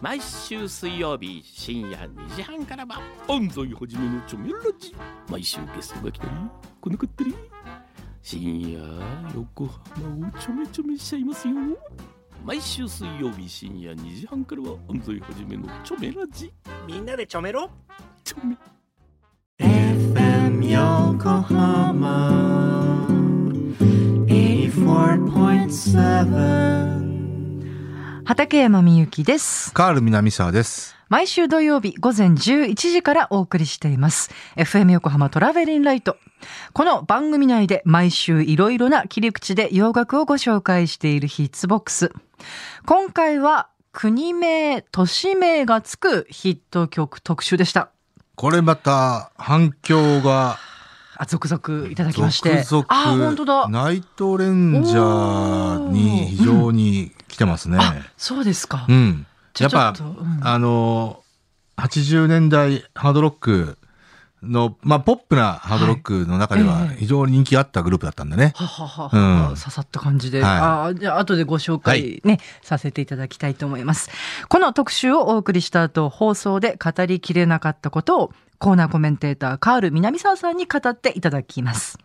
毎週水曜日深夜2時半からは安西はじめのチョメラジ毎週ゲストが来たり来なかったり深夜横浜をちょめちょめしちゃいますよ毎週水曜日深夜2時半からは安西はじめのチョメラジみんなでちょめろチョメ FM Yokohama 84.7畠山みゆきです。カール南沢です。毎週土曜日午前11時からお送りしています。FM 横浜トラベリンライト。この番組内で毎週いろいろな切り口で洋楽をご紹介しているヒッツボックス。今回は国名、都市名がつくヒット曲特集でした。これまた反響があ、続々いただき続まして。々あ、本当だ。ナイトレンジャーに非常に来てますね。あ、そうですか。うん。じゃやっぱちょっとうんあの80年代ハードロックのまあポップなハードロックの中でははいええ非常に人気あったグループだったんだね。はははは、うん刺さった感じで、はいああじゃあ後でご紹介ね、させていただきたいと思いますこの特集をお送りした後放送で語りきれなかったことをコーナーコメンテーターカール南沢さんに語っていただきます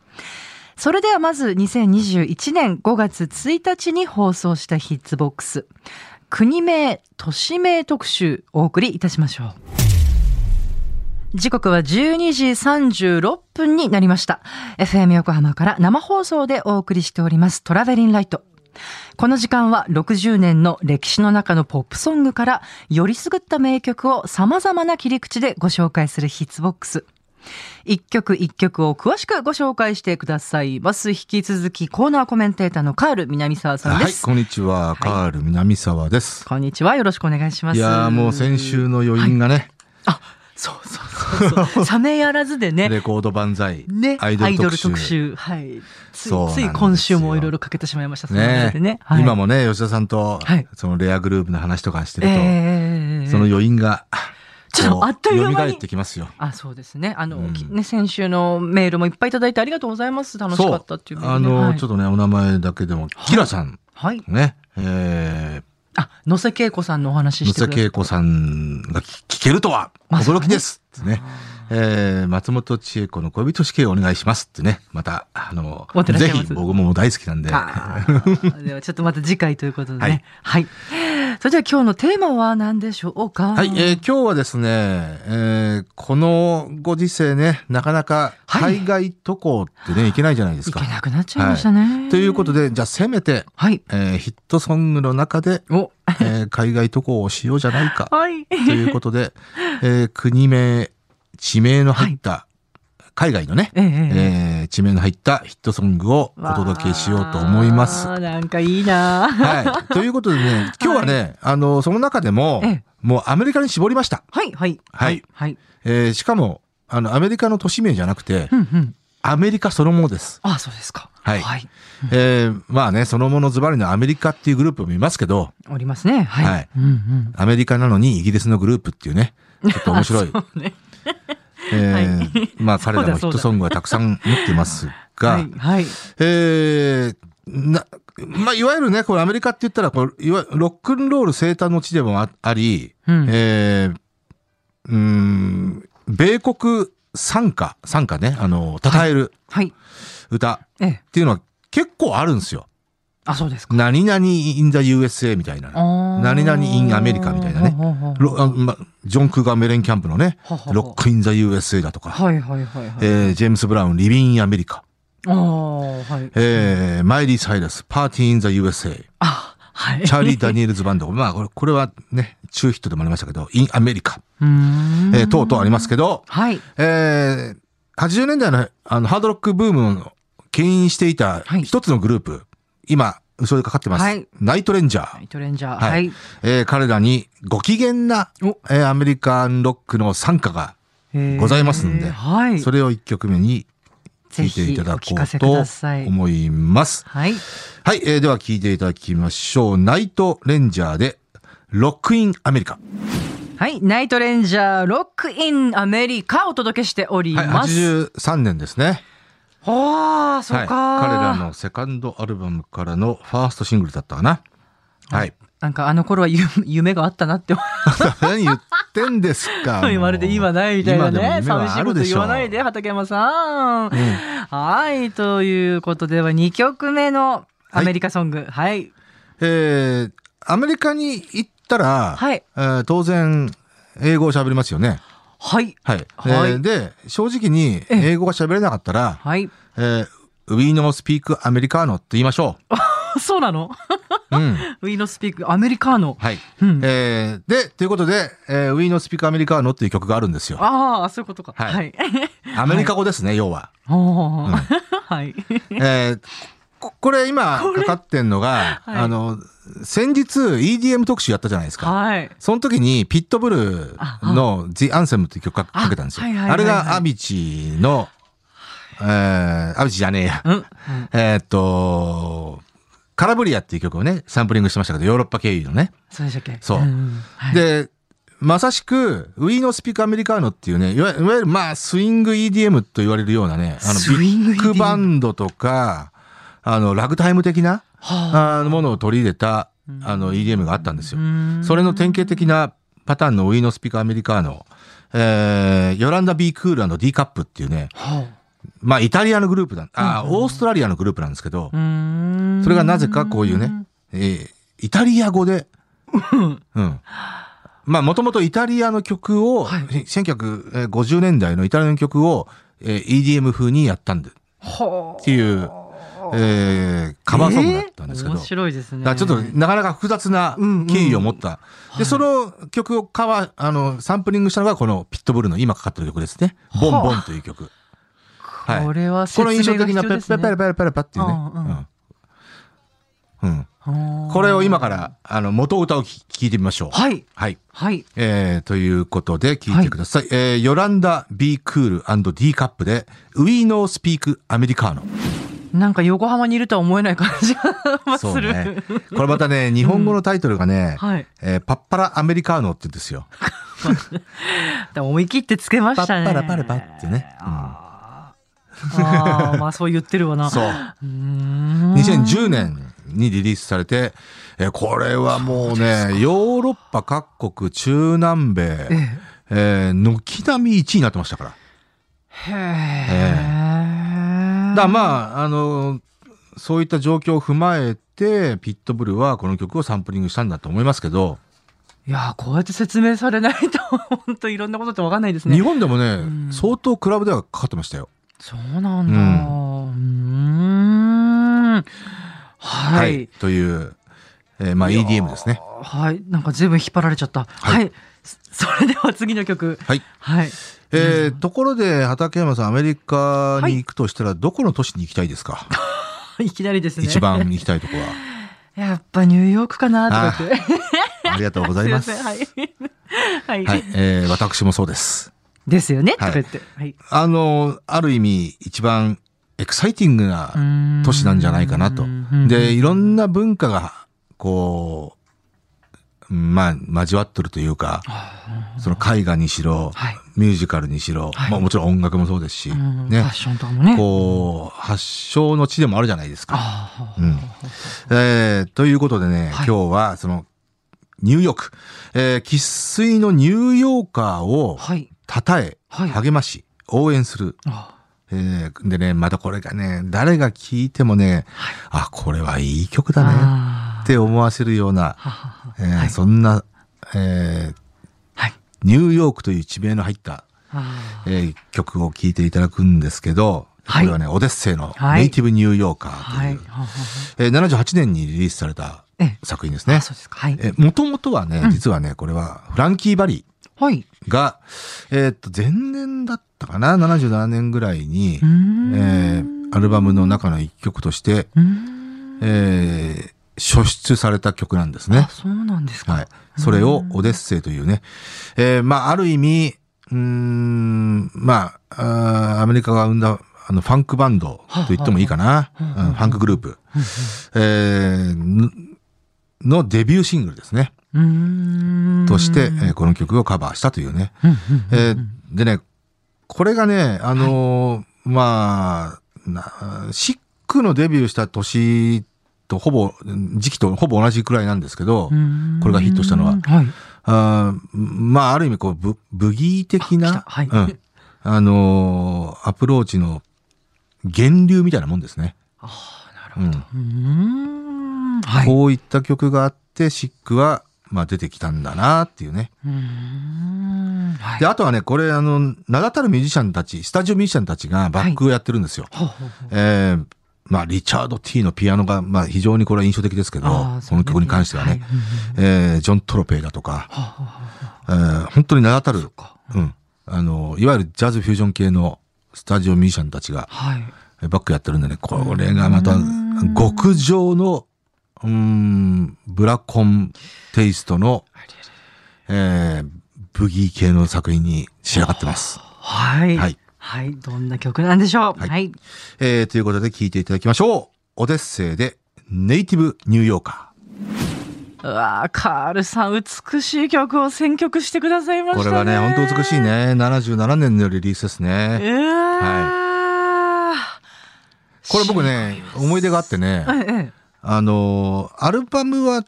それではまず2021年5月1日に放送したヒッツボックス国名都市名特集お送りいたしましょう時刻は12時36分になりました。FM 横浜から生放送でお送りしておりますトラベリンライト。この時間は60年の歴史の中のポップソングからよりすぐった名曲を様々な切り口でご紹介するヒッツボックス。一曲一曲を詳しくご紹介してくださいます。引き続きコーナーコメンテーターのカール南沢さんではい、す。こんにちは、カール南沢です。こんにちは。よろしくお願いします。いやーもう先週の余韻がね、そうそうそうそう。 冷めやらずでね。レコード万歳、ね、アイドル特集。はいついそうなんつですいよ今週もいろいろかけてしまいましたその中ねでね、はい、今もね吉田さんと、はいそのレアグループの話とかしてると、ええその余韻がちょっとこあっという間に蘇ってきますよ。あそうですねあの、うんきね先週のメールもいっぱいいただいてありがとうございます楽しかったっていうあの、ちょっっととねお名前だけでも、キラさんはいね、えあ野瀬恵子さんのお話ー、しして松くだ田さい恵子さんが聞聞けるとはまさかね驚きですってね。えー松本千恵子の恋人死刑をお願いしますってね。また、あの持って、らっしぜゃいますひ僕も大好きなんで。あー ではちょっとまた次回ということでねはい、それでは今日のテーマは何でしょうかはい、えー今日はですね、えーこのご時世ね、なかなかはい海外渡航ってね、いけないじゃないですいかけ。なくなっちゃいましたね、ということで、じゃあせめて、はいえーヒットソングの 中で、おえー海外渡航をしようじゃないか、 はいということで、えー国名、地名の入った、海外のね、えええー地名の入ったヒットソングをお届けしようと思います。わーなんかいいなーはい。ということ でね、今日はね、あの、その中でもええ、もうアメリカに絞りました。はいはいはい。はい。えーしかも、あの、アメリカの都市名じゃなくてう、んうん。アメリカそのものです。あ、そうですか。はいはい。えーまあね、そのものズバリのアメリカっていうグループもいますけど、おりますね。はい。はいうんうん。。アメリカなのにイギリスのグループっていうね、ちょっと面白いそうねえーまあ彼らもヒそうだそうだットソングはたくさん持ってますが、はい。はい。えーな、まあ、いわゆるね、これアメリカって言ったら、これ、いわゆるロックンロール生誕の地でもああり、うんえーうーん、米国参加、参加ね、あの、称えるはい。歌ええ。っていうのは結構あるんですよ。あ、そうですか。何々 in the USA みたいな。何何々 in アメリカみたいなねロあまジョン・クーガー・メレン・キャンプのね、ロッ。ク・イン・ザ・ USA だとか、はいはいはいはい。えージェームス・ブラウン、リビン・アメリカ、ああ、はい。えーマイリー・サイラス、パーティー・イン・ザ・ USA、あ、はい。チャーリー・ダニエルズ・バンド、まあこれ、これはね、中ヒットでもありましたけど、イン・アメリカ、 うーんえー、等々ありますけど、はい。えー80年代のあのハードロックブームを牽引していたはい一つのグループ、今、後ろでかかってます、はいナイト・レンジャー。ナイトレンジャー。ははいい。えー彼らにご機嫌な、えおーアメリカンロックの参加がえーございますんではい。それを1曲目に聴いていただこぜひお聞かせうくとださい思います。はい。はい、えーでは聴いていただきましょう。ナイトレンジャーで、ロックインアメリカ。はい。ナイトレンジャー、ロックインアメリカをお届けしておりはい、ます。 83年ですね。ああ、そうはい、か。彼らのセカンドアルバムからのファーストシングルだったかな。はい。なんかあの頃は ゆ夢があったなって思 何言ってんですか。もういまるで 今ないみたいなね今で寂も夢はしあいこるとでし言ょわないで畠山さんう。んはいということでは2曲目のアメリカソングはいえーアメリカに行ったら、はいえー当然英語を喋りますよね。はいははい。いえーで正直に英語が喋れなかったら、はいえー We no speak Americano って言いましょそうな のう。うん。 We no speak アメリカーノはい。うんえーで、ということで、えー We No Speak Americano っていう曲があるんですよ。ああそういうことかはいはいアメリカ語ですね、要は。おー はいえーここれ今かかってんのが、はいあの、先日 EDM 特集やったじゃないですか。 はいその時にピットブルの The Anthem っていう曲かあかけたんですよ。はいはいはいはいあれがアビチの、えーアビチじゃねえや。うんうんえーっと、カラブリアっていう曲をね、サンプリングしてましたけど、ヨーロッパ経由のね。そうでしたっけそうんはいで、まさしく、ウィーノスピカアメリカーノっていうね、いわいわゆる、まあ、スイング EDM と言われるようなね、あの、スビイング EDM ッグバンドとか、あの、ラグタイム的な、はあのものを取り入れた、あの、EDM があったんですよ。それの典型的なパターンのウィーノスピカアメリカーノ、えー、ヨランダ・ビー・クール &D カップっていうね、はまあ、イタリアのグループだ、あ、オーストラリアのグループなんですけど、それがなぜかこういうね、えーイタリア語で、うん。まあ、もともとイタリアの曲を、はい1950年代のイタリアの曲を、えー EDM 風にやったんで、っはていう、えーカバーソングだったんですけど、面白いですねだからちょっとなかなか複雑な経緯を持った。で、その曲をカバー、あの、サンプリングしたのがこのピットブルの今かかってる曲ですね。ボンボンという曲。はいこれはこ説明のが印必象要的ですねなペッペラペラペラペラペラっていうね。うん。うん。これを今から、あの、元歌をき聞いてみましょう。はいはい。はいえー、ということで聞いてください。えー、ヨランダ B クール &D カップで We No Speak Americano。なんか横浜にいるとは思えない感じが する、ね。これまたね、日本語のタイトルがね、はいえーパッパラアメリカーノって言うんですよ。でも思い切ってつけまパしたッねパラパラパってね。うんあーまあそう言ってるわなそう。うーん2010年にリリースされて、えーこれはもうね、ヨーロッパ各国、中南米、えええー軒並み1位になってましたから。へえだからまあ、あの、そういった状況を踏まえて、ピットブルはこの曲をサンプリングしたんだと思いますけど、いやーこうやって説明されないと 本当いろんなことって分かんないです日ね本でもね、ん相当クラブではかかってましたよ。そうなんだううーんは。はいいという、えーまあ EDM ですね。はいなんか随分引っ張られちゃったはい、いそそれでは次の曲はい。はい えーところで、畠山さん、アメリカに行くとしたら、どこの都市に行きたいですか、いきなりですね一番行きたいとこ は。やっぱニューヨークかなとか言ってありがとうござい ます。いまはせい、んはい、はいえー私もそうです。ですよね、はいとか言って、はい、あの、ある意味、一番エクサイティングな都市なんじゃないかなとうーん。で、いろんな文化が、こう、まあ、交わってるというか、その絵画にしろ、はいミュージカルにしろ、はいまあもちろん音楽もそうですし、うんねファッ、ションとかもねこう、発祥の地でもあるじゃないですか。あうんえーということでね、はい今日はその、ニューヨーク、えー生粋のニューヨーカーをー、はい称え、はい励まし、応援する。あえーでね、またこれがね、誰が聴いてもね、あ、これはいい曲だね、あって思わせるような、ーはははえーそんな、えーはいニューヨークという地名の入った、あえー曲を聴いていただくんですけど、はいこれはね、オデッセイのはいネイティブニューヨーカーーと、はいいうはははえー78年にリリースされたええ作品ですあね。そうですかはいえー、もともとはね、実はね、これはフランキー・バリはいーが、えーっと、前年だったかな、77年ぐらいに、うーんえーアルバムの中の一曲として、うーんえー初出された曲なんですねあ。そうなんですか、はい。それをオデッセイというね、えーまあ、ある意味、うーん、まあ、あーアメリカが生んだ、あの、ファンクバンドと言ってもいいかな。うんファンクグループ。えーののデビューシングルですね。うーんとして、えーこの曲をカバーしたというね。うんうんえーでね、これがね、あのーまあなシックのデビューした年とほぼ、時期とほぼ同じくらいなんですけど、うんこれがヒットしたのははい。あーまあ、ある意味、こう、ブ、ブギー的あ来なた、はいうん。あのーアプローチの源流みたいなもんですね。ああ、うなるほんど。うん。はい。こういった曲があって、シックは、まあ、出てきたんだなっていうね。うん。はいで、。あとはね、これ、あの、名だたるミュージシャンたち、スタジオミュージシャンたちがバックをやってるんですよ。ほうほうほうえーまあ、リチャード・ティのピアノが、まあ、非常にこれは印象的ですけど、あーこの曲に関してはね、そうねえージョン・トロペイだとか、はいほうほうほうえー本当に名だたるか、うん、あの、いわゆるジャズフュージョン系のスタジオミュージシャンたちがはい。えバックやってるんでね、これがまたうん極上の、うーん、ブラコンテイストの、えーブギー系の作品に仕上がってます。はい。はい。はい。どんな曲なんでしょう。はいはい。えーということで聴いていただきましょう。オデッセイでネイティブニューヨーカうわーカールさん、美しい曲を選曲してくださいまー。しこたね。れはね、本当美しいね。ね。77年のリリースですね。うわーこれ僕ね、思い出があってね。ええええあのーアルバムは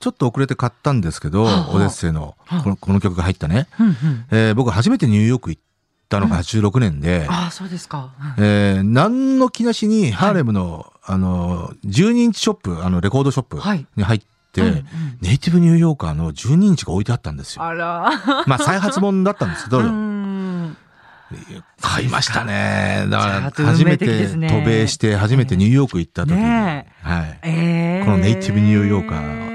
ちょっと遅れて買ったんですけど、はあオデッセイのはあこのこの曲が入ったね、うんうん。えー僕初めてニューヨーク行ったのが86年で、ああ、そうですか。うんえー何の気なしにハーレムの,、あのー12インチショップあのレコードショップはいに入って、うんうんネイティブニューヨーカーの12インチが置いてあったんですよ。あら。まあ再発本だったんですけど、うん。買いましたね。チだャかートら初め運命的でてす渡ね米して初めてニューヨーク行った時に、ねはい。ええこのネイティブニューヨーカーえ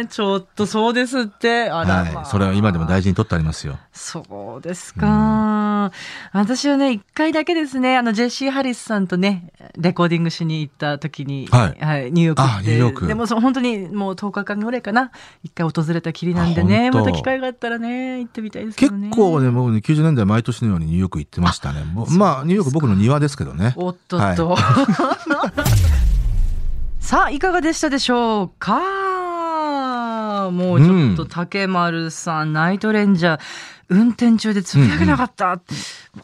えちょっとそうですって。あら、まはあい、それは今でも大事に取ってありますよ。そうですか。私はね、一回だけですね、あの、ジェシー・ハリスさんとね、レコーディングしに行った時に、はいニューヨーク行ってあニューヨークでもそう、本当にもう10日間ぐらいかな、一回訪れたきりなんでね、あ本ま当た機会があったらね、行ってみたいですけ結どね。構ね、僕ね、90年代毎年のようにニューヨーク行ってましたね。もうまあ、ニューヨーク僕の庭ですけどね。おっとっと。 さあ、いかがでしたでしょうかもうちょっとうん竹丸さん、ナイトレンジャー、運転中でつぶやけなかった、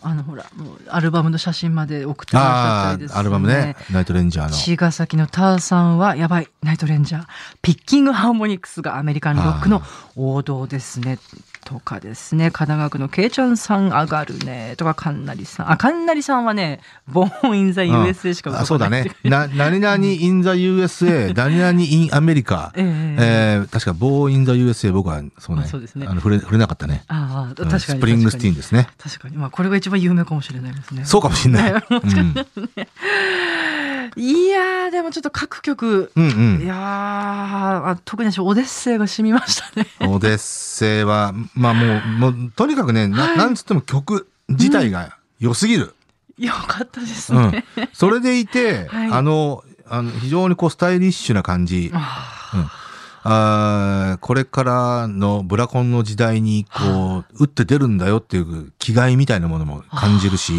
あの、ほら、もうアルバムの写真まで送ってくださったありです、あ、アルバムね。。ナイトレンジャーの。茅ヶ崎のターさんは、やばい、ナイトレンジャー、ピッキングハーモニクスがアメリカンロックの王道ですね。とかですね、神奈川区のけいちゃんさん上がるね、とか、かんなりさん。あ、かんなりさんはね、ボーンインザうん USA しかあそうだってね。な、何々 in the USA、何々 in America。えええー確か、ボー in the USA、僕は、そうね。あそうですねあの、触れ、触れなかったね。ああ、うん確かに。スプリングスティーンで。ですね。確かに。まあ、これが一番有名かもしれないですね。そうかもしん ない。うんいやー、でもちょっと各曲、うんういん。やーあ、特に私オデッセイが染みましたね。オデッセイは、まあもう、もう、とにかくね、ななんつっても曲自体が良すぎる。よかったですうね。ん、それでいて、はいあのあの非常にこうスタイリッシュな感じ、あうん、あーこれからのブラコンの時代にこう打って出るんだよっていう気概みたいなものも感じるし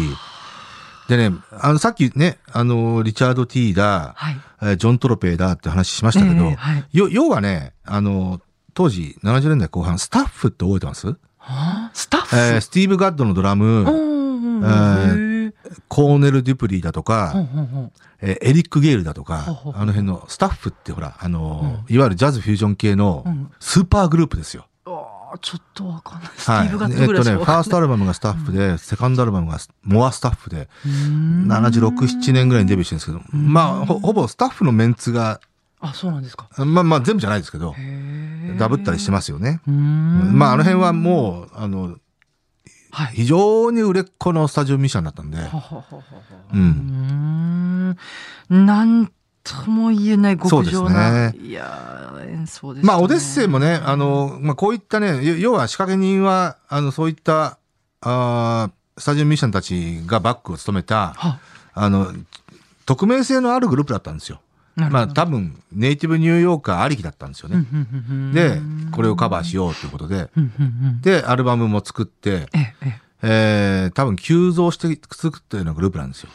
でねあのさっきねあのリチャード・ティーだー、はい。えージョン・トロペイだって話しましたけど、ええはい。よ要はねあの当時70年代後半スタッフって覚えてます、あスタッフ、えースティーブ・ガッドのドラうムんうんうんえへーーコーネル・デュプリーだとか、ほんほんほんえーエリック・ゲールだとほうほうか、ほうあの辺のスタッフってほら、あのーいわゆるジャズフュージョン系のうんスーパーグループですよ。あーちょっとわかんない。ステはィい。ーブ・ガットぐえらっいとしね、かわファかーんスない。トアルバムがスタッフで、セカンドアルバムがスモアスタッフで、うーん76、7年ぐらいにデビューしてるんですけど、まあ、ほほぼスタッフのメンツが、あ、そうなんですか。まあまあ全部じゃないですけどへ、ーダブったりしてますよね。うーんまあ、あの辺はもう、あの、はい。非常に売れっ子のスタジオミュージシャンだったんで、はははははううーん。ん。なんとも言えない極上な、そうですいやー演奏です、ね。まあ、オデッセイもね、あの、まあ、こういったね、よ要は仕掛け人は、あの、そういった、あースタジオミュージシャンたちがバックを務めた、はあの、匿名性のあるグループだったんですよ。なるほまどあ、多分、ネイティブニューヨーカーありきだったんですようんね。うんうんうんで、これをカバーしようということで、うんうんうんで、アルバムも作って、えええええー、多分急増して作ったようなグループなんですよ。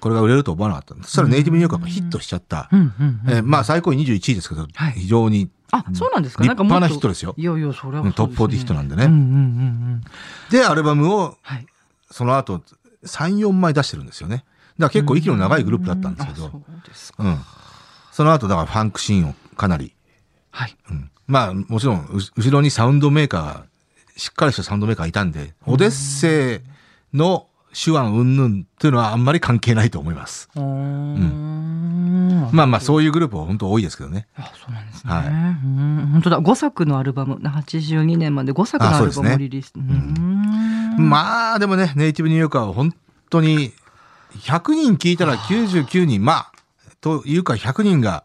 これが売れると思わなかった。そしたらネイティブニューヨーカーがヒットしちゃったう。んうんうんえーまあ、最高位21位ですけどはい、非常にあ、そうなんですか。立派なんかもっとヒットですよいやいや、それは、うんトップ40ヒットなんでねうんうんうんうん。で、アルバムをはい。その後、3、4枚出してるんですよね。だから結構息の長いグループだったんですけあどそ、うですか。うん。そその後、だからファンクシーンをかなり、はい。うんまあ、もちろん、う後ろにサウンドメーカー、しっかりしたサウンドメーカーいたんで、オデッセイの手腕云々っていうのはあんまり関係ないと思います。うーん。まあまあ、そういうグループは本当多いですけどね。あ、そうなんですね。はいうん本当だ、5作のアルバム、82年まで5作のあアそうルバですムねをリリース。うーんまあ、でもね、ネイティブニューヨーカーは本当に、100人聞いたら99人、まあ、というか100人が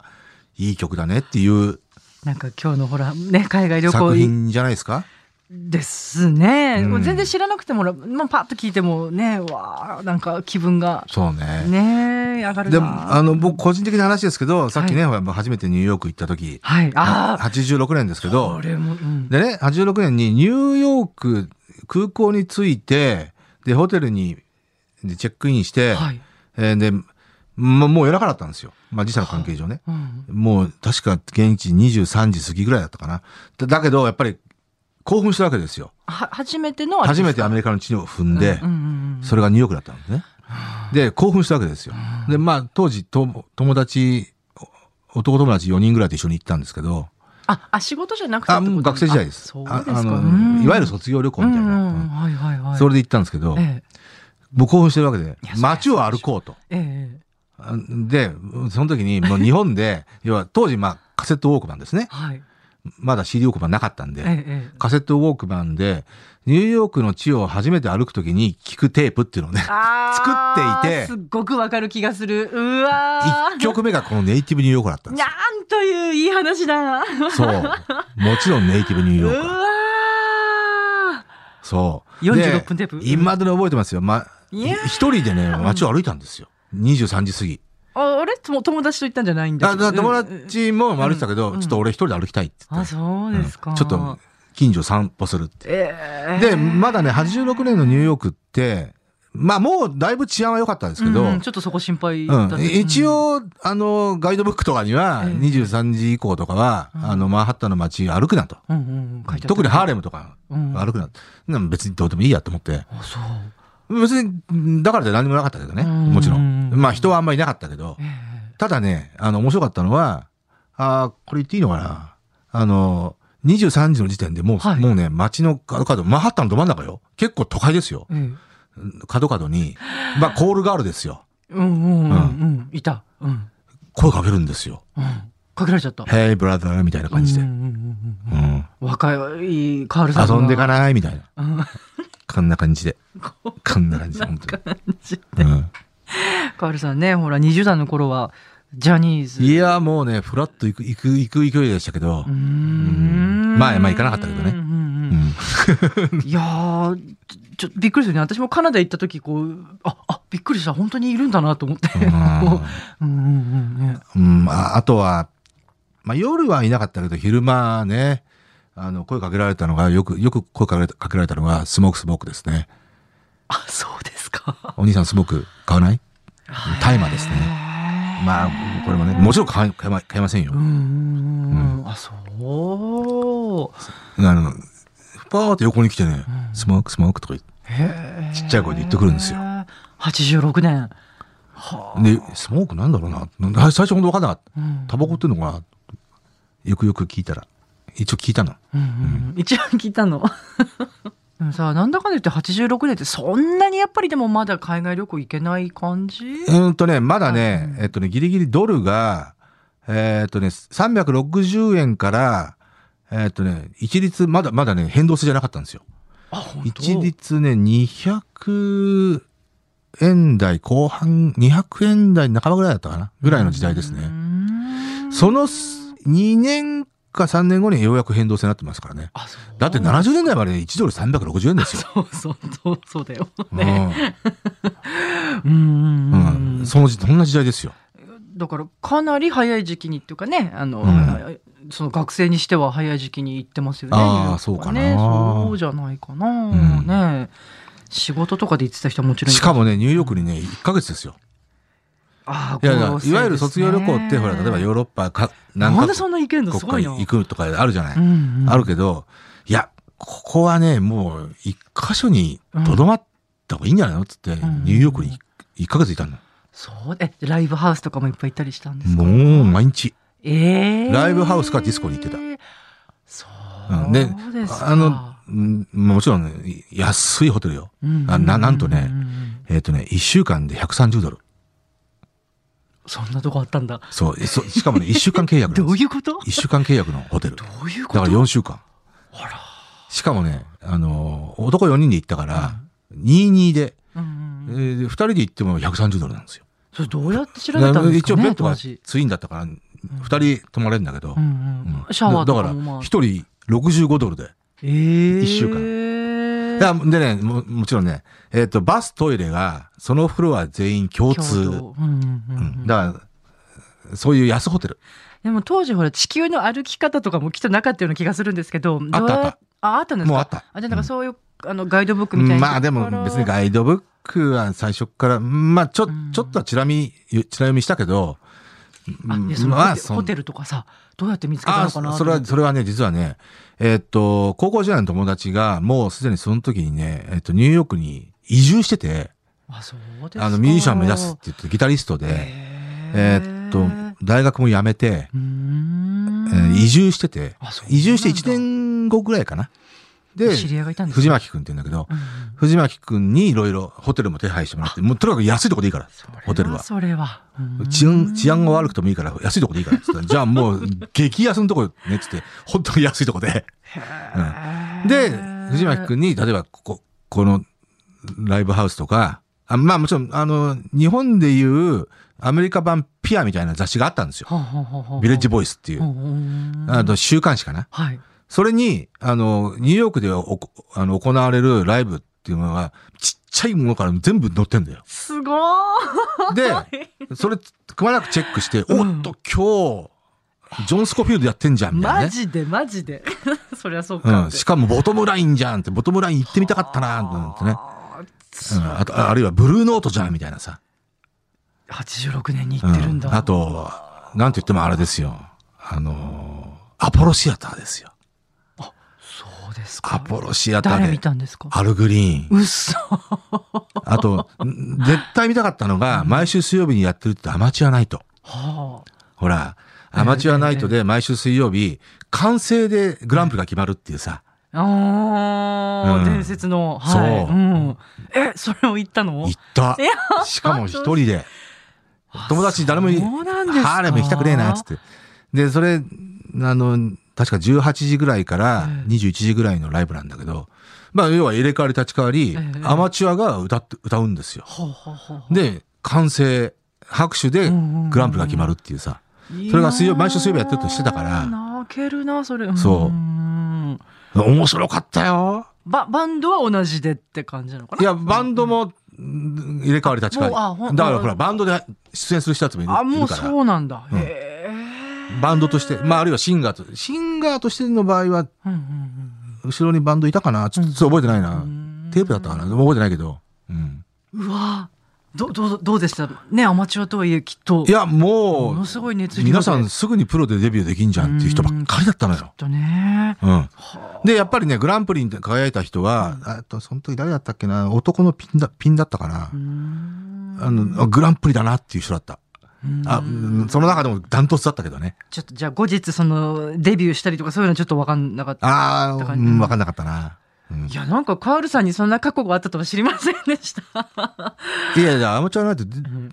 いい曲だねっていうなんか今日のほら、ね、海外旅作行品じゃないですか。ですね。うん全然知らなくても、もうパッと聞いてもね、わあ、なんか気分がそうね。ね、上がるな。でも、あの、僕個人的な話ですけど、さっきね、ほら初めてニューヨーク行った時、はい。ああ、 86年ですけこど、れも、うん。でね、86年にニューヨーク空港に着いて、で、ホテルにでチェックインして、はい。えーで、ま、もう夜中だったんですよ。まあ、時差の関係上ね。うんもう確か現地23時過ぎぐらいだったかな。だだけど、やっぱり興奮したわけですよ。は初めてのあれで初すかめてアメリカの地を踏んで、うんうんうんそれがニューヨークだったんですね。で、興奮したわけですよ。で、まあ、当時、と友達、お男友達4人ぐらいと一緒に行ったんですけど、あ、あ、仕事じゃなくてあ、もう学生時代です。そうですか。ああのうんいわゆる卒業旅行みたいな。うんううんんはいはいはい。それで行ったんですけど、えもう興奮してるわけでいや、そりゃ街を歩こうと。えええあで、その時に、もう日本で、要は当時、まあ、カセットウォークマンですね。はい。まだ CD ウォークマンなかったんえで、えええカセットウォークマンで、ニューヨークの地を初めて歩くときに聞くテープっていうのをね、あー作っていてすっごくわかる気がする。うわー1曲目がこのネイティブニューヨークだったんですなよ。んといういい話だ。そう。もちろんネイティブニューうヨわーカー。そう。 46分テープで今までの覚えてますよ。ま、いやー一人でね、街を歩いたんですよ。23時過ぎ。ーああれとも友達と行ったんじゃないんだあけどだ友うん達も歩いてたけど、うんうんちょっと俺一人で歩きたいって言あって。そううでんすか、ちょっと近所散歩するって。ええで、まだね、86年のニューヨークって、まあもうだいぶ治安は良かったんですけど、うんちょっとそこ心配だったうんん、です一応、あの、ガイドブックとかには、ええ23時以降とかは、うんあの、マンハッタンの街歩くなと。うんうんうん書いてあった特にハーレムとかうん歩くな。なんか別にどうでもいいやと思って。あそう別に、うんだからで何もなかったけどね。うんもちろん。まあ人はあんまりいなかったけどえ。ただね、あの、面白かったのは、あーこれ言っていいのかなあの、23時の時点でもう、はいもうね、街の角角、マンハッタンのど真ん中よ。結構都会ですよえ。ええ角 角に、まあコールガールですよ。うんうんうんうんいたうん声かけるんですよ。うんかけられちゃった Hey brother みたいな感じで。うんうんうんうんうんうん若いカールさんが 遊ん でかないみたいな。うんこんな感じで。ここんな感じで、本当に。うんカールさんねほら20代の頃はジャニーズいや、もうね、フラッと行く、行く、行く勢いでしたけどうー。んまあまあ行かなかったけどねうんうんううん んいやーちょちょっとびっくりするね私もカナダ行った時こうああびっくりした本当にいるんだなと思ってこ ううんうんうんねうん、ああとは、まあ夜はいなかったけど、昼間ね、あの、声かけられたのが、よく、よく声かけられたかけられたのが、スモークスモークですね。あそうですかお兄さんスモーク買わない大麻ですね。まあ、これもね、もちろん買い買いま買いませんよう。んうんうんあそうあの、パーって横に来てね、スモークスモークとか言ってへーちっちゃい声で言ってくるんですよ86年はで、スモークなんだろうな。なん だ最初本当分かんなかった。あ、うんタバコっていうのかなよくよく聞いたら。一応聞いたの。うんうんうん、一番聞いたの。 でもさ、なんだかんだ言って86年ってそんなにやっぱりでもまだ海外旅行行けない感じうーんとね、まだね、えっとね、ギリギリドルが、えっとね、360円から、えっとね、一律、まだまだね、変動制じゃなかったんですよ。あ、本当一律ね、200円台後半、200円台半ばぐらいだったかなぐらいの時代ですうーね。んその2年か3年後にようやく変動制になってますからね。あ、そう。だって70年代まで1ドル360円ですよ。 そうそうそう、そうだよ。うね。んうんうんううんん、その時、そんな時代ですよ。だからかなり早い時期にっていうかね、あの、うんその学生にしては早い時期に行ってますよね。あーニューヨークはそうかね。なそうじゃないかな、んね。仕事とかで行ってた人はもちろんいるしかもね、ニューヨークにね、1ヶ月ですよ。あーいやいや高校生ですねいわゆる卒業旅行って、ほら、例えばヨーロッパか、何なんかでそんな行けるの国すごい家な。行くとかあるじゃない、うんうんあるけど、いや、ここはね、もう、一箇所にとどまった方がいいんじゃないのっつっんて、ニューヨークに1ヶ月いたの。そうえライブハウスとかもいっぱい行ったりしたんですかもう毎日。ええライブハウスかディスコに行ってたそううんでですか、あの、うんもちろんね、安いホテルよ。うんあななんとねうんうんうんえっ、とね、1週間で130ドル。そんなとこあったんだそう、えそしかもね、1週間契約なんどでうす。いうことど1週間契約のホテル。だういうこかとら4週間。あらしかもね、あのー男4人で行ったから、22で、うんえうん2人で行っても130ドルなんですよ。それどうやって調べたんです一か応ねベッド当が時ツインだったから、2人泊まれるんだけうんど、ううんんシャワーとだかだもからまあ1人65ドルで。ええ一週間間だでねも、もちろんね、えっ、と、バス、トイレが、そのフロア全員共通。うんだから、そういう安ホテル。でも当時ほら地球の歩き方とかもきっとなかったような気がするんですけどあったあったどうやああったんですかもうあったあじゃあなんうかんそういう、あのガイドブックみたいなまあでも別にガイドブックは最初から、まあちょうん、ちょっとはチラ見、チラ読みしたけど、あうんでそのまあホテそんホテルとかさどうやって見つけたあのかなそそれは、それはね、実はね、えっと、高校時代の友達が、もうすでにその時にね、えっと、ニューヨークに移住してて、あそうですかあの、ミュージシャンを目指すって言って、ギタリストで、ええっと、大学も辞めて、うーんえー移住しててあそうなん、だ移住して1年後ぐらいかな。で、知り合いがいたんです藤ね巻くんって言うんだけど、うんうん藤巻くんにいろいろホテルも手配してもらって、もうとにかく安いとこでいいからそれ、ホテルは。それはうーん治安、治安が悪くてもいいから、安いとこでいいからって言ったら、じゃあもう、激安のとこね、つって、本当に安いとこで。うんで、藤巻くんに、例えば、ここ、この、ライブハウスとか、あまあもちろん、あの、日本でいう、アメリカ版ピアみたいな雑誌があったんですよ。ほうほうほうほうビレッジボイスっていほうう、ほうほうあの、週刊誌かな。はいそれに、あの、ニューヨークでおこあの行われるライブっていうのが、ちっちゃいものから全部載ってんだよ。すごー で、いそれ、くまなくチェックして、うんおっと、今日、ジョン・スコフィールドやってんじゃん、みたいなね。マジでマジで そりゃそうかうっん、てしかもボトムラインじゃんって、ボトムライン行ってみたかったな、なんてね。あーうん、あと、ああるいはブルーノートじゃん、みたいなさ。 86年にう行ってるんだ、あと、なんと言ってもあれですよ。あのーアポロシアターですよ。そうですかアポロシアタ誰ー見で。たんですかアルグリーン。うっそあと、ん絶対見たかったのが、毎週水曜日にやってるってアマチュアナイト。はほら、ええアマチュアナイトで毎週水曜日、完成でグランプリが決まるっていうさ。ああー、うん伝説のはいそううん、えそれを言ったの行ったいや。しかも一人で。友達誰もいそうなんですかハーレム行きたくねえな、つって。で、それ、あの、確か18時ぐらいからええ21時ぐらいのライブなんだけど、まあ、要は入れ替わり立ち替わりええ、アマチュアが歌って、歌うんですよ。ほうほうほうほうで、完成、拍手でグランプリが決まるっていうさ。それが水曜毎週水曜日やってるとしてたからいやー泣けるなそれそうん面白かったよ。ババンドは同じでって感じなのかないや、バンドもうん入れ替わり立ち替もうあほわんり。だからほら、バンドで出演する人たちもいるあいもるうかそら、うなんだ、うんへえバンドとして、まあ、あるいはシンガーと、シンガーとしての場合は、うんうん後ろにバンドいたかなちょっとちょっと覚えてないな。うんテープだったかなでも覚えてないけど。うん。うんうわーどどうどうでしたねアマチュアとはいえきっといや、ももうの、すごい熱量で皆さんすぐにプロでデビューできんじゃんっていう人ばっかりだったのよ。とねうん。で、やっぱりね、グランプリに輝いた人は、あと、その時誰だったっけな男のピンだ、ピンだったかなうーんあの、あグランプリだなっていう人だった。あ、ううんんその中でもダントツだったけどね。ちょっとじゃあ後日そのデビューしたりとかそういうのちょっと分かんなかったあだかあ、らうん、わかんなかったな。うんいやなんかカールさんにそんな過去があったとは知りませんでしたいやいや、アマチュアなんて、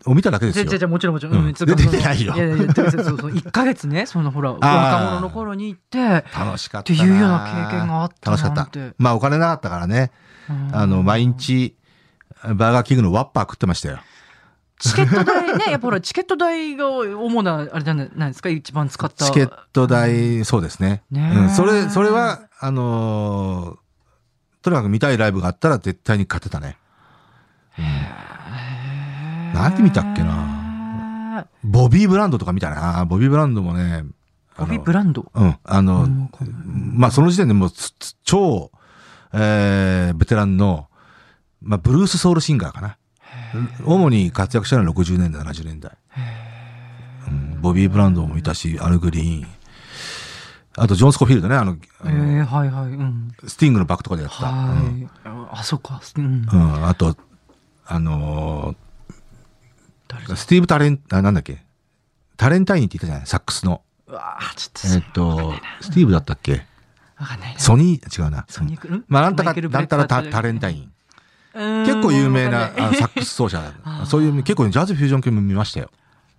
を見ただけですじゃよじゃ。じゃもちろんもちろん。うんうんつうかその出てないよいやいやいやそうそうそう一ヶ月ね、そのほら、 あー若者の頃に行って。楽しかっってたいな。うような経験があった楽しなかんってた。まあ、お金なかったからね。うんあの、毎日、バーガーキングのワッパー食ってましたよ。チケット代ね、やっぱほら、チケット代が主な、あれじゃないですか、一番使った。チケット代、そうですね。ねえうん、それ、それは、あのーとにかく見たいライブがあったら絶対に買ってたね。なんて見たっけなボビー・ブランドとか見たな。ボビー・ブランドもね、ボビー・あのブランド。うん、あの、うんわかんないまあその時点でもうつつ超、えー、ベテランの、まあブルースソウルシンガーかな。主に活躍したのは60年代、70年代。うんボビー・ブランドもいたし、アル・グリーン。あと、ジョン・スコフィールドね、あの、ええ、はいはい、うん。スティングのバックとかでやってた。うんはい。あ、そっか。うんうん、あと、あの誰スティーブ・タレン、あなんだっけタレンタインって言ったじゃないサックスの。うわーちえょっっとと、スティーブだったっけわかんないな。ソニー、違うな。ソニークんまあ、なんたマか、イケルなんたらブタレックタレンタイン。結結構有名なああのサックス奏者だ あーそういう、結構ジャズフュージョン系も見ましたよ。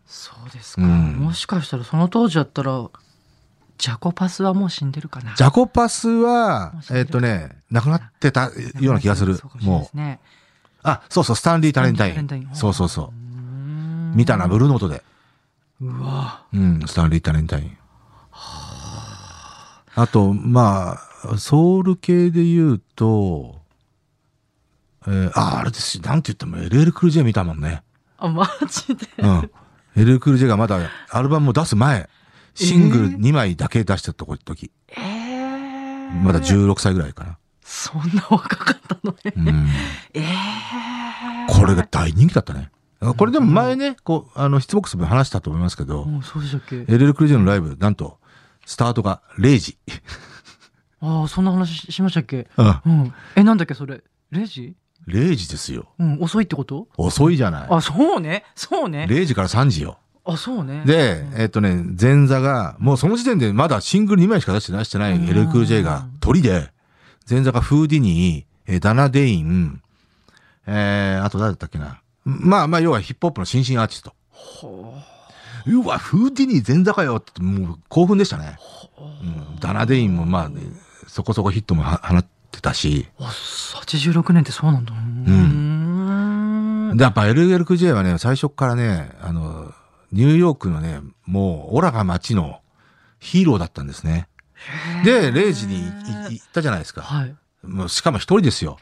そうですか、うんもしかしたらその当時だったらジャコパスはもう死んでるかなジャコパスはもう知っ、てるえっとね、亡くなってたような気がするそ。かもしれないでもすう。ねあ、そうそう、スタンリー・タレンタイスタンリータレンン。タインそうそうそうう。ーん見たな、ブルーノートで。うわうん、スタンリー・タレンタイン。あと、まあ、ソウル系で言うと、えーあ、あれですなんて言っても LL クルージェ見たもんね。あマジでうん。LL クルージェがまだアルバムを出す前、シングル2枚だけ出したとこ時、えー、まだ16歳ぐらいかな。そんな若かったのね、うん。ええー、これが大人気だったね。これでも前ね、こう、あの、質ボックスでも話したと思いますけど、もうそうでしたっけ LL クルージェのライブ、なんと、スタートが0時。ああそんな話ししましたっけうん。うんえなんだっけそれレジ0時ですよ。うん遅いってこと遅いじゃない。あそうねそうね0時から3時よ。あそうねで、えっとね、前座が、もうその時点でまだシングル2枚しか出してない、してないうん LL クルージェが鳥で、前座がフーディニー、えーダナ・デイン、えー、あと誰だったっけな。まあまあ、要はヒップホップの新進アーティスト。ほうわ、フーディニー前座かよって、もう興奮でしたね。うん、ダナ・デインもまあ、ね、そこそこヒットもは放ってたし、うあ86年ってそうなんだうーんでやっぱ LL クルージェはね、最初っからね、あの、ニューヨークのね、もう、オラが街のヒーローだったんですね。で、0時にいい行ったじゃないですか。はいもうしかも一人ですよ。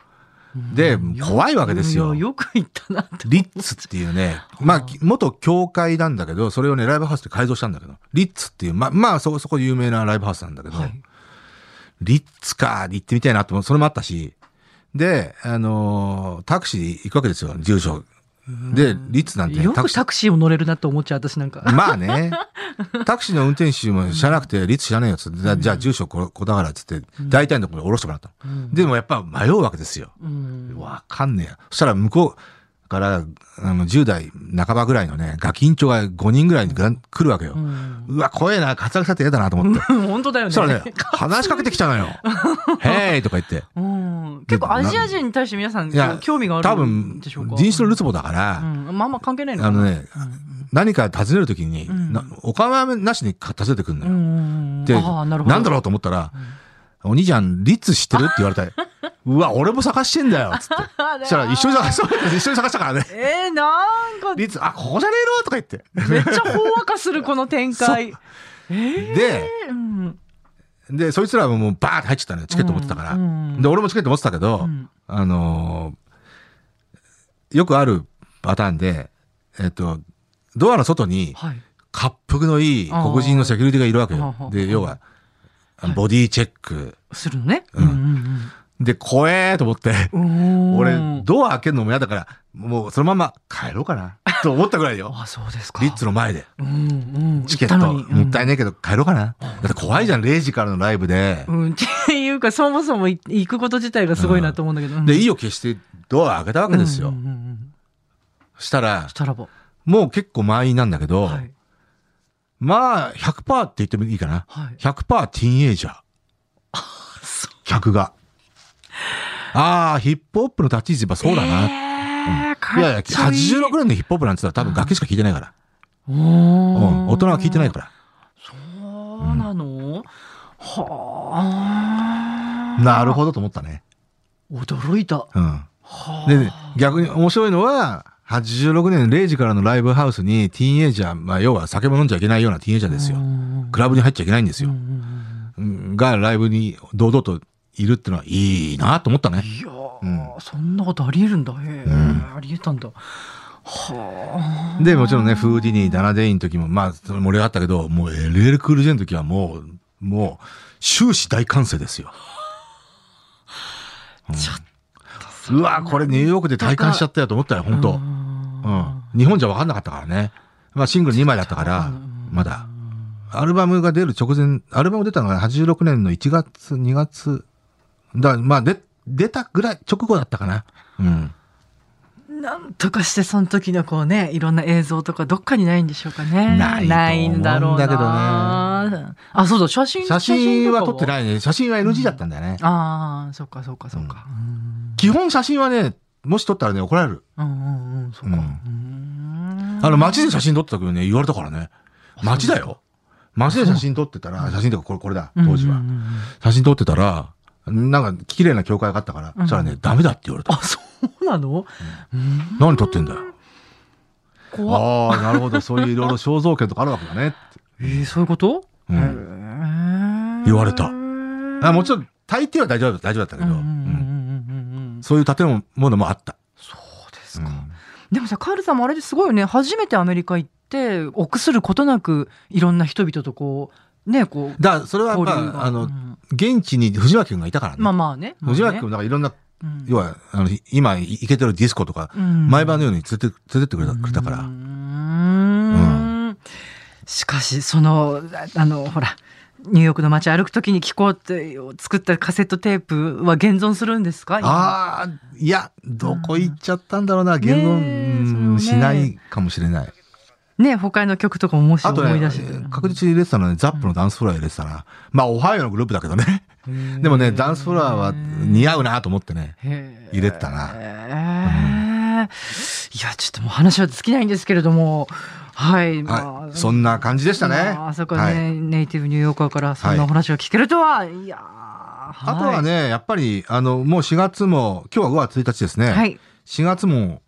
でうん怖いわけですよいやよく言ったなってリッツっていうね、まあ、元教会なんだけど、それをね、ライブハウスで改造したんだけど、リッツっていう、まあ、まあ、そこそこ有名なライブハウスなんだけど、はいリッツか、行ってみたいなと思う、それもあったし、で、あのータクシーで行くわけですよ、住所。で、リッツなんて、よタクくシータクシーを乗れるなと思っちゃう私なんかまあね。タクシーの運転手も知らなくて、律知らねえよっつって、じゃあじゃあ住所ここだからっつって、大体のところに降ろしてもらったの。でもやっぱ迷うわけですよ。うんわかんねえや。そしたら向こうから、あの、10代半ばぐらいのね、ガキンチョが5人ぐらいにが来るわけよう。んうわ、怖えな、カツラクさって嫌だなと思って。 本当だよそねしたらね、話しかけてき たのよ。へいとか言って。うん結構アジア人に対して皆さんいや興味があ多る分、んでしょうか人種のルツボだかうら、んまあまあ関係ないのあかなのね、何か尋ねるときに、んなお構いなしに尋ねてくるのうよ。んで、ああなるほどんだろうと思ったら、お兄ちゃん、リッツ知ってるって言われ たようわ、俺も探してんだよつって。そしたら、一緒に探し一緒に探したからね。えーなんかリッツ、あ、ここじゃねえのとか言って。めっちゃほんわかするこの展 開で、うんで、そいつらはもうバーって入っちゃったのよ。チケット持ってたから。うんうんで、俺もチケット持ってたけうど、んあのーよくあるパターンで、えっ、と、ドアの外に、はい恰幅のいい黒人のセキュリティがいるわけよあ。ーで、要は、あのボディチェック。するのねうんんで、怖えと思って。うん俺、ドア開けるのも嫌だから、もうそのまま帰ろうかな、と思ったぐらいよ。 あそうですかリッツの前で。うんうんチケッ行ったト、のにうんもったいないけど帰ろうかな。だって怖いじゃん、0時からのライブで。うんっていうかそもそもい行くこと自体がすごいなと思うんだけどで、い意を決してドア開けたわけですよ。したらし、たらばもう結構満員なんだけど、はいまあ、100%って言ってもいいかな。はい100%ティーンエイジャー。そう客が。ああ、ヒップホップの立ち位置やっぱそうだな。なうんいやいや、86年のヒップホップなんて言ったら多分楽器しか聴いてないから。うん、大人は聴いてないから。そうなのはあなるほどと思ったね。驚いたうん。はあで、逆に面白いのは、86年0時からのライブハウスにティーンエイジャー、まあ要は酒も飲んじゃいけないようなティーンエイジャーですよう。んクラブに入っちゃいけないんですうよ。んうんが、ライブに堂々といるってのはいいなと思ったね。いやうーそんなことありえるんだへえんありえたんだはあで、もちろんね、フーディニー、ダナデインの時も、まあ、それ盛り上がったけど、もう LL クールジェンの時はもう、もう、終始大歓声ですよ。ちょっうわ、これニューヨークで体感しちゃったよと思ったよ、本当うん。日本じゃ分かんなかったからね。まあ、シングル2枚だったから、まだ。アルバムが出る直前、アルバム出たのが86年の1月、2月、だからまあ、で、出たぐらい、直後だったかな。うん。となんとかしてその時のこうねいろんな映像とかどっかにないんでしょうかねないと思うんんだろうなだけどねあそうそう写真写真は撮っていないね。写真は NG だったんだよね。ああそっかそっかそっかうん基本写真はね、もし撮ったらね、怒られる。うんうんうんそっかうんうんあの、街で写真撮ってた時にね、言われたからね。街だよ。街で写真撮ってたら、写真とかこれ、これだ、当時うはんう。んうん写真撮ってたら、なんか、綺麗な教会があったから、そしたらね、ダメだって言われた。あそうなのうん何撮ってんだよ。怖っああ、なるほど。そういういろいろ肖像権とかあるわけだね。えーそういうことうんへえ言われたあもちろん、大抵は大丈夫だ、大丈夫だったけど、うんうんうんううんうんんうんそういう建物もあった。そうでうすんか、でもさカールさんもあれですごいよね初めてアメリカ行って臆することなくいろんな人々とこうねこうだから、それは、交ま流があ、あうの、ん現地に藤巻君がいたからね。まあまあね藤巻まあね君、なんかいろんな、うん要は、あの、今、行けてるディスコとか、うん毎晩のように連れて、連れてってくれたくれたかうーら。んしかしそのああのほらニューヨークの街歩くときに聞こうって作ったカセットテープは現存するんですかああ、いや、どこ行っちゃったんだろうな、言論、ねえそれうもんねしないかもしれない。ね他の曲とかももしあと思いね出して、、確実に入れてたのはね、ザップのダンスフロア入れてたな。まあ、オハイオのグループだけどね。でもね、ダンスフロアは似合うなと思ってね、へー入れてたな。へーいやちょっともう話は尽きないんですけれどもはい、まはあい、そんな感じでしたね。まああそこね、はい、ネイティブニューヨーカーからそんなお話を聞けるとは、い、やーあとは、ね、やっぱり、あの、もう4月も、今日は5月1日ですね。いはい4月も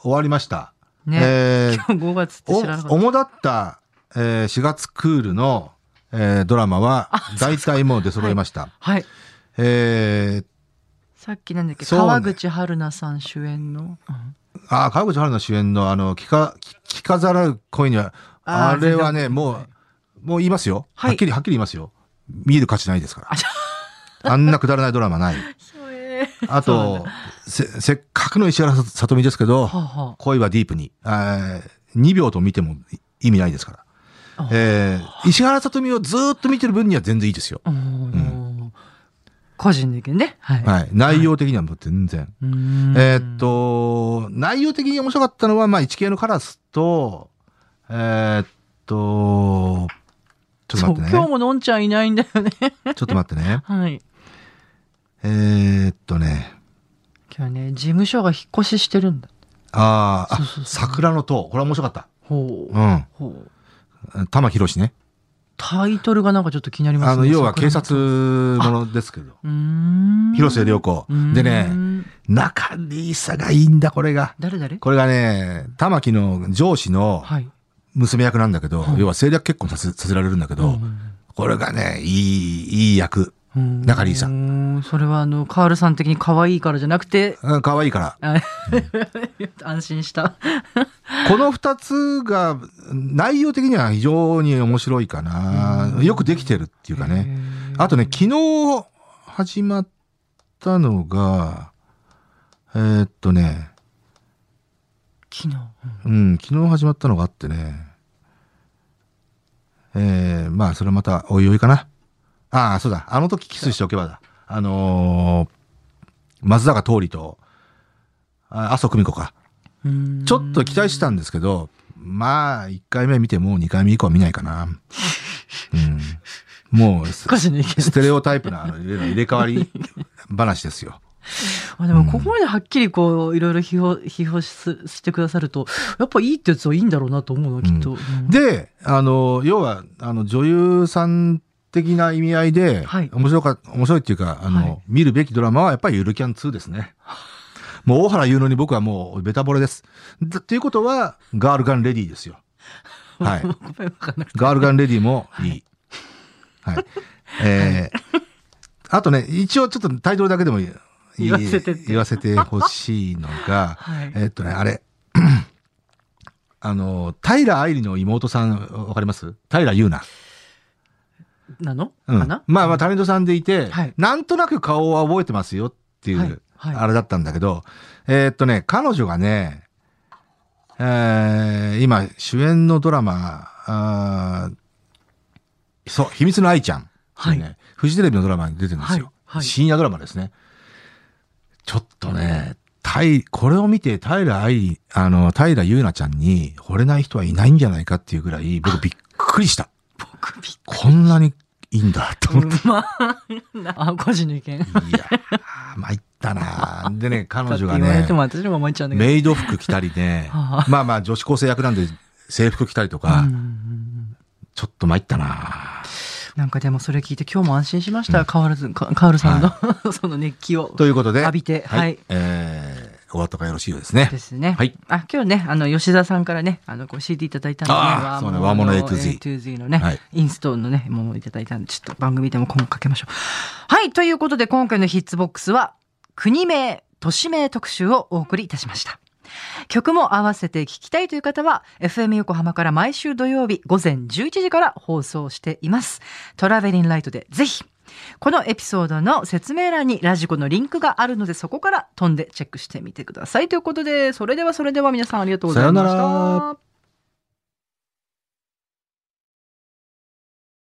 終わりました。ね、え今日5月って知らなー、かおっ主だった、えー4月クールの、えードラマは、大体もう出揃いました。た。はい。えーさっきなんだっけ、そうね川口春奈さん主演の。うんあー、川口春奈主演の、あの、聞か、聞聞かざる恋には、あーあれはね、全然もう、もう言いますよ。はいはっきり、はっきり言いますよ。見る価値ないですからあじゃ。 あんなくだらないドラマない。あそうなんと、せ、せっかくの石原ささとみですけど、はあは恋はディープに、え2秒と見ても意味ないですかあら。えー石原さとみをずーっと見てる分には全然いいですよ。あうん個人の意見ね。はい。はい。内容的にはもう全然。うーんえーっ、と、内容的に面白かったのは、まあ、1系のカラスと、えーっと、ちょっとそう、待って今日ね。ものんちゃんいないんだよね。ちょっと待ってね。はい。えーっとね、今日ね、事務所が引っ越ししてるんだ。あーあそうそうそう桜の塔。これは面白かった。ほう。うほう。ん。玉博士ね。タイトルがなんかちょっと気になりますね。あの、要は桜警察ものですけど。うーん。広瀬良子うー。んでね、。中里さがいいんだ、これが。誰誰これがね、玉木の上司のはい。娘役なんだけど、はい要は政略結婚させさせられるんだけど、これがね、いい、いい役。中里依紗ん。それはあの、カールさん的に可愛いからじゃなくて、うん可愛いから。あ安心した。この二つが、内容的には非常に面白いかな。よくできてるっていうかね。あとね、昨日始まったのが、えーっとね、昨日。うん、昨日始まったのがあってね。えー、まあ、それはまた、おいおいかな。ああ、そうだ。あの時キスしておけばだ。あのー、松坂桃李と、あ麻生久美子か。うんちょっと期待してたんですけど、まあ、1回目見てもう2回目以降は見ないかな。うん。もう、ス少しの意見ス テレオタイプなあの入れ入れ替わり話ですよ。あでもここまではっきりこういろいろ批評批評ししてくださるとやっぱいいってやつはいいんだろうなと思うのきっと、うんで、あの、要は、あの、女優さん的な意味合いで、はい面白か、面白いっていうか、あの、はい見るべきドラマはやっぱりゆるキャン2ですね。もう大原優乃に僕はもうベタ惚れです。だっていうことは、ガールガンレディーですよ。は いご。めん分かんなくてガールガンレディもいい。はい。えー、あとね、一応ちょっとタイトルだけでもいい言わせてって言わせてほしいのが、はいえーっとね、あれ。 あの、平愛梨の妹さん、わかります平優奈。なの、うん。かな、まあまあ、タレントさんでいて、はいなんとなく顔は覚えてますよっていう、はいはいあれだったんだけど、えーっとね、彼女がね、えー今、主演のドラマ、あーそう、秘密の愛ちゃんっていうね、はフジテレビのドラマに出てるんですよ。はいはい深夜ドラマですね。ちょっとね、タイ、これを見て、平愛理、あの、平優奈ちゃんに惚れない人はいないんじゃないかっていうぐらい、僕びっくりした。僕びっこんなにいいんだと思って。まあ、あ、 個人の意見。だいやー、参ったなー でね、彼って女言がわれねて、も私も思っちゃうんだけど。、メイド服着たり ねはあまあまあ女子高生役なんで制服着たりとうか、んうんうんちょっと参ったななんかでもそれ聞いて今日も安心しました。カールズかカールさんの、 その熱気を。ということで、浴びてはいえー、終わったかよろしいようですねで。すね。はいあ、今日ね、あの、吉田さんからね、あの、ご CD いただいたので、あーそうねワーモノのワーモノ A to Z A to Z のね、はいインストールのね、ものをいただいたんで、ちょっと番組でも今後かけましょう。はい、ということで今回のヒッツボックスは、国名、都市名特集をお送りいたしました。曲も合わせて聴きたいという方は FM 横浜から毎週土曜日午前11時から放送していますトラベリンライトでぜひこのエピソードの説明欄にラジコのリンクがあるのでそこから飛んでチェックしてみてくださいということでそれではそれでは皆さんありがとうございましたさようなら